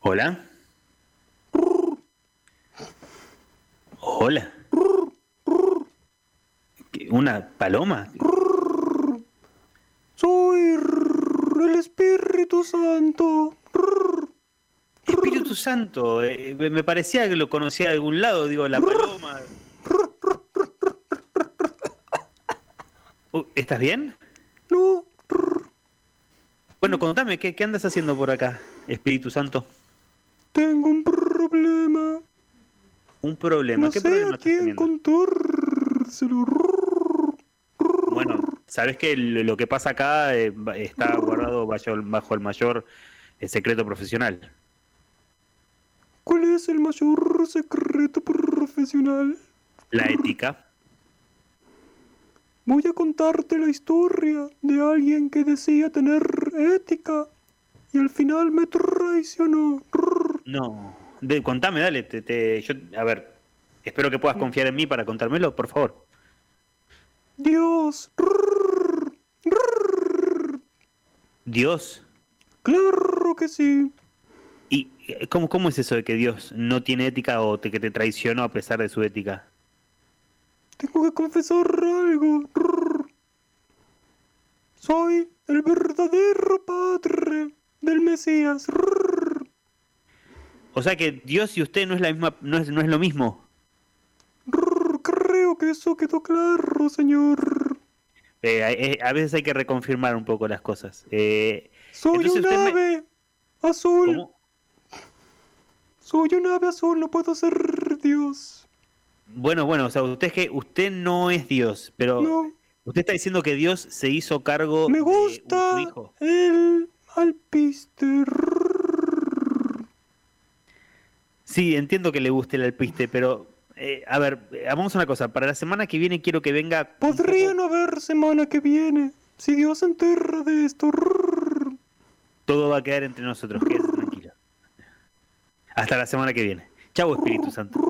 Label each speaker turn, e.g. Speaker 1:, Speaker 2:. Speaker 1: Hola. Hola. ¿Qué, ¿Una paloma?
Speaker 2: Soy el Espíritu Santo.
Speaker 1: Espíritu Santo. eh, me me parecía que lo conocía de algún lado, digo, la paloma. Uh, ¿Estás bien?
Speaker 2: No,
Speaker 1: Bueno, contame, ¿qué, qué andas haciendo por acá, Espíritu Santo?
Speaker 2: tengo un problema.
Speaker 1: Un problema.
Speaker 2: No
Speaker 1: ¿Qué
Speaker 2: sé
Speaker 1: problema
Speaker 2: a
Speaker 1: estás
Speaker 2: quién
Speaker 1: teniendo?
Speaker 2: contárselo.
Speaker 1: Bueno, sabes que lo lo que pasa acá eh, va- está guardado bajo el, bajo el mayor eh, secreto profesional.
Speaker 2: ¿Cuál es el mayor secreto profesional?
Speaker 1: La ética.
Speaker 2: Voy a contarte la historia de alguien que decía tener ética y al final me traicionó.
Speaker 1: No. De- contame, dale. te- te- yo, a ver, espero que puedas confiar en mí para contármelo, por favor.
Speaker 2: Dios.
Speaker 1: Dios.
Speaker 2: Claro que sí.
Speaker 1: ¿Y eh, cómo, cómo es eso de que Dios no tiene ética o te- que te traicionó a pesar de su ética?
Speaker 2: Tengo que confesar algo. Soy el verdadero padre del Mesías.
Speaker 1: O sea que Dios y usted no es la misma, no es, no es lo mismo.
Speaker 2: Creo que eso quedó claro, señor.
Speaker 1: Eh, a- eh, a veces hay que reconfirmar un poco las cosas. Eh,
Speaker 2: Soy
Speaker 1: Entonces
Speaker 2: un
Speaker 1: usted me-
Speaker 2: ave azul.
Speaker 1: ¿cómo?
Speaker 2: Soy un ave azul, no puedo ser Dios.
Speaker 1: Bueno, bueno, o sea, usted es que usted no es Dios, pero
Speaker 2: No,
Speaker 1: usted está diciendo que Dios se hizo cargo
Speaker 2: me
Speaker 1: de
Speaker 2: gusta
Speaker 1: su hijo.
Speaker 2: el alpiste.
Speaker 1: Sí, entiendo que le guste el alpiste, pero eh, a ver, eh, vamos a una cosa. Para la semana que viene quiero que venga. un
Speaker 2: Podría
Speaker 1: poco-
Speaker 2: no haber semana que viene si Dios se enterra de esto.
Speaker 1: Todo va a quedar entre nosotros, quédese tranquilo. Hasta la semana que viene. Chau, Espíritu Santo.